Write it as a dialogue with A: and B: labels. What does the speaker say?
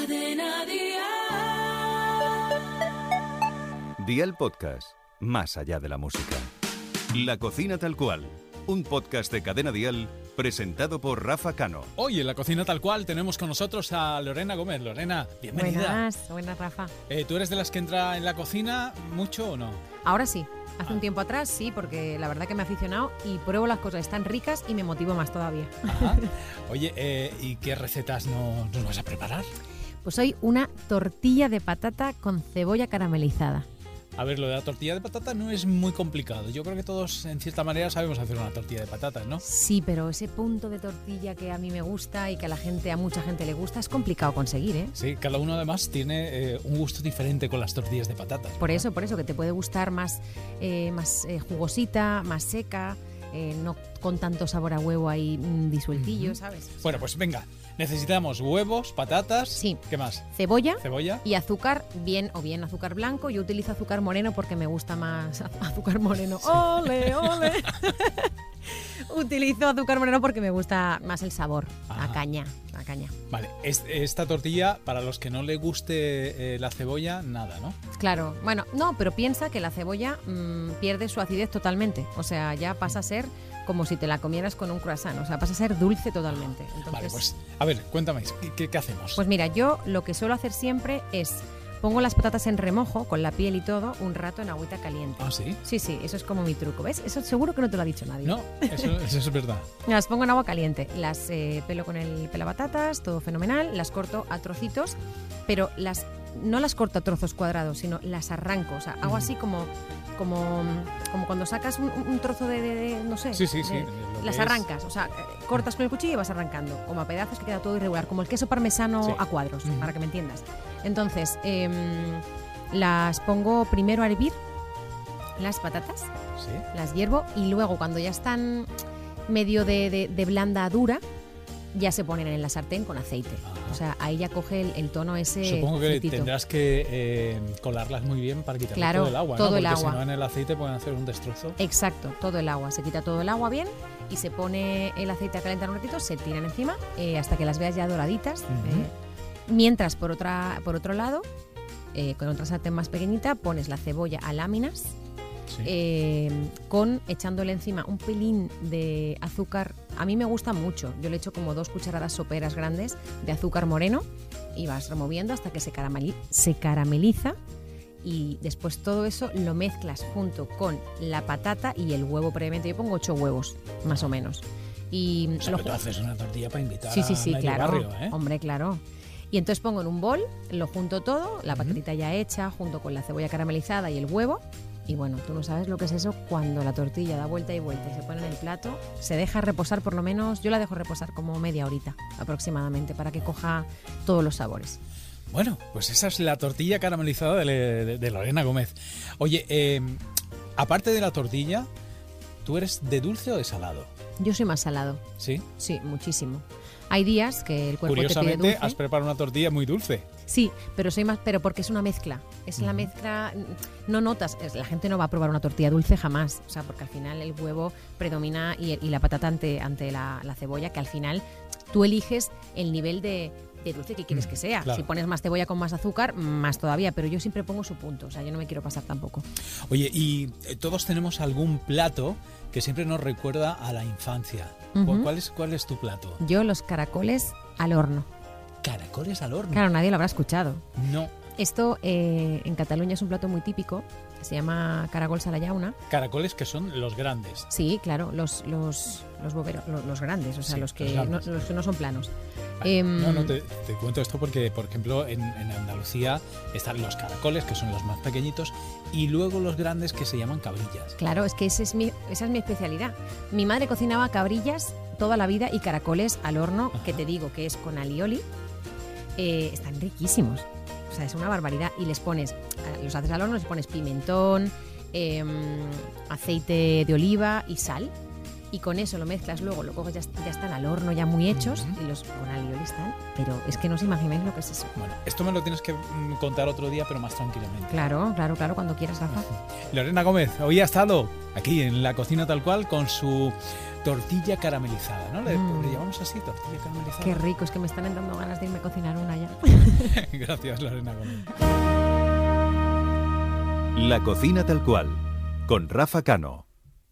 A: cadena Dial.
B: Dial Podcast, más allá de la música. La cocina tal cual, un podcast de cadena Dial presentado por Rafa Cano.
C: Hoy en la cocina tal cual tenemos con nosotros a Lorena Gómez. Lorena, bienvenida.
D: Buenas, buenas Rafa.
C: Eh, ¿Tú eres de las que entra en la cocina mucho o no?
D: Ahora sí. Hace ah. un tiempo atrás sí, porque la verdad que me he aficionado y pruebo las cosas, están ricas y me motivo más todavía.
C: Ajá. Oye, eh, ¿y qué recetas no, nos vas a preparar?
D: Pues hoy una tortilla de patata con cebolla caramelizada.
C: A ver, lo de la tortilla de patata no es muy complicado. Yo creo que todos, en cierta manera, sabemos hacer una tortilla de patatas, ¿no?
D: Sí, pero ese punto de tortilla que a mí me gusta y que a la gente, a mucha gente le gusta, es complicado conseguir, ¿eh?
C: Sí, cada uno además tiene eh, un gusto diferente con las tortillas de patatas.
D: Por ¿verdad? eso, por eso, que te puede gustar más, eh, más eh, jugosita, más seca, eh, no con tanto sabor a huevo ahí mmm, disueltillo, uh -huh. ¿sabes? O sea,
C: bueno, pues venga, Necesitamos huevos, patatas.
D: Sí.
C: ¿Qué más?
D: Cebolla.
C: Cebolla.
D: Y azúcar, bien o bien azúcar blanco. Yo utilizo azúcar moreno porque me gusta más azúcar moreno. Sí. ¡Ole, ole! utilizo azúcar moreno porque me gusta más el sabor. Ajá. A caña, a caña.
C: Vale, es, esta tortilla, para los que no le guste eh, la cebolla, nada, ¿no?
D: Claro, bueno, no, pero piensa que la cebolla mmm, pierde su acidez totalmente. O sea, ya pasa a ser como si te la comieras con un croissant. O sea, pasa a ser dulce totalmente. Entonces,
C: vale, pues a ver, cuéntame, ¿qué, ¿qué, qué, hacemos?
D: Pues mira, yo lo que suelo hacer siempre es pongo las patatas en remojo, con la piel y todo, un rato en agüita caliente.
C: ¿Ah, sí?
D: Sí, sí, eso es como mi truco. ¿Ves? Eso seguro que no te lo ha dicho nadie.
C: No, eso, eso es verdad.
D: las pongo en agua caliente, las eh, pelo con el pelabatatas, todo fenomenal, las corto a trocitos, pero las no las corto a trozos cuadrados, sino las arranco. O sea, hago así como, como, como cuando sacas un, un trozo de, de, de, no sé.
C: Sí, sí, sí.
D: De, Eh, las arrancas. O sea, cortas con el cuchillo y vas arrancando. Como a pedazos que queda todo irregular. Como el queso parmesano sí. a cuadros, uh -huh. para que me entiendas. Entonces, eh, las pongo primero a hervir las patatas.
C: Sí.
D: Las hiervo y luego cuando ya están medio de, blanda a dura, ya se ponen en la sartén con aceite. Ajá. O sea, ahí ya coge el, el tono ese.
C: Supongo que fritito. tendrás que eh, colarlas muy bien para quitar
D: claro,
C: todo el agua.
D: Todo
C: ¿no?
D: el
C: Porque
D: agua. Eh,
C: Si no, en el aceite pueden hacer un destrozo.
D: Exacto, todo el agua. Se quita todo el agua bien y se pone el aceite a calentar un ratito, se tiran encima eh, hasta que las veas ya doraditas. Uh -huh. eh. Mientras, por, otra, por otro lado, eh, con otra sartén más pequeñita, pones la cebolla a láminas. Sí. Eh, con echándole encima un pelín de azúcar. A mí me gusta mucho. Yo le echo como dos cucharadas soperas grandes de azúcar moreno y vas removiendo hasta que se, carameli se carameliza. Y después todo eso lo mezclas junto con la patata y el huevo previamente. Yo pongo ocho huevos, más o menos. Y
C: o sea, lo tú Pues, haces una tortilla para invitar
D: sí, sí, sí,
C: a
D: claro,
C: barrio, ¿eh?
D: Hombre, claro. Y entonces pongo en un bol, lo junto todo, la patatita uh -huh. ya hecha, junto con la cebolla caramelizada y el huevo. Y bueno, tú no sabes lo que es eso cuando la tortilla da vuelta y vuelta y se pone en el plato, se deja reposar por lo menos, yo la dejo reposar como media horita aproximadamente para que coja todos los sabores.
C: Bueno, pues esa es la tortilla caramelizada de, de, de Lorena Gómez. Oye, eh, aparte de la tortilla, ¿tú eres de dulce o de salado?
D: Yo soy más salado.
C: ¿Sí?
D: Sí, muchísimo. Hay días que el cuerpo
C: Curiosamente,
D: te pide dulce.
C: has preparado una tortilla muy dulce.
D: Sí, pero soy más, pero porque es una mezcla. Es uh -huh. la mezcla, mm, no notas, la gente no va a probar una tortilla dulce jamás, o sea, porque al final el huevo predomina y, y la patata ante, ante la, la, cebolla, que al final tú eliges el nivel de, de dulce que quieres que sea.
C: Claro.
D: Si pones más cebolla con más azúcar, más todavía, pero yo siempre pongo su punto, o sea, yo no me quiero pasar tampoco.
C: Oye, y eh, todos tenemos algún plato que siempre nos recuerda a la infancia. Uh -huh. ¿Cuál, es, ¿Cuál es tu plato?
D: Yo los caracoles al horno
C: caracoles al horno.
D: Claro, nadie lo habrá escuchado.
C: No.
D: Esto eh, en Cataluña es un plato muy típico, se llama caracols a la llauna.
C: Caracoles que son los grandes.
D: Sí, claro, los, los, los boberos, los, los grandes, o sea, sí, los, que no, los, que no, son planos.
C: Vale, eh,
D: Em,
C: no, no, te, te, cuento esto porque, por ejemplo, en, en, Andalucía están los caracoles, que son los más pequeñitos, y luego los grandes que se llaman cabrillas.
D: Claro, es que ese es mi, esa es mi especialidad. Mi madre cocinaba cabrillas toda la vida y caracoles al horno, Ajá. que te digo que es con alioli. Eh, están riquísimos. O sea, es una barbaridad. Y les pones, los haces al horno, em, les pones pimentón, eh, aceite de oliva y sal. y con eso lo mezclas luego, lo coges, ya, ya están al horno, ya muy hechos,
C: Ujú.
D: y los con alioli están, pero es que no os imagináis lo que es eso.
C: Bueno, esto me lo tienes que mm, contar otro día, pero más tranquilamente.
D: Claro, claro, claro, cuando quieras, Rafa.
C: Lorena Gómez, hoy ha estado aquí en la cocina tal cual con su tortilla caramelizada, ¿no? Le,
D: Mm.
C: le llamamos así, tortilla caramelizada.
D: Qué rico, es que me están dando ganas de irme a cocinar una ya.
C: Gracias, Lorena Gómez.
B: La cocina tal cual, con Rafa Cano.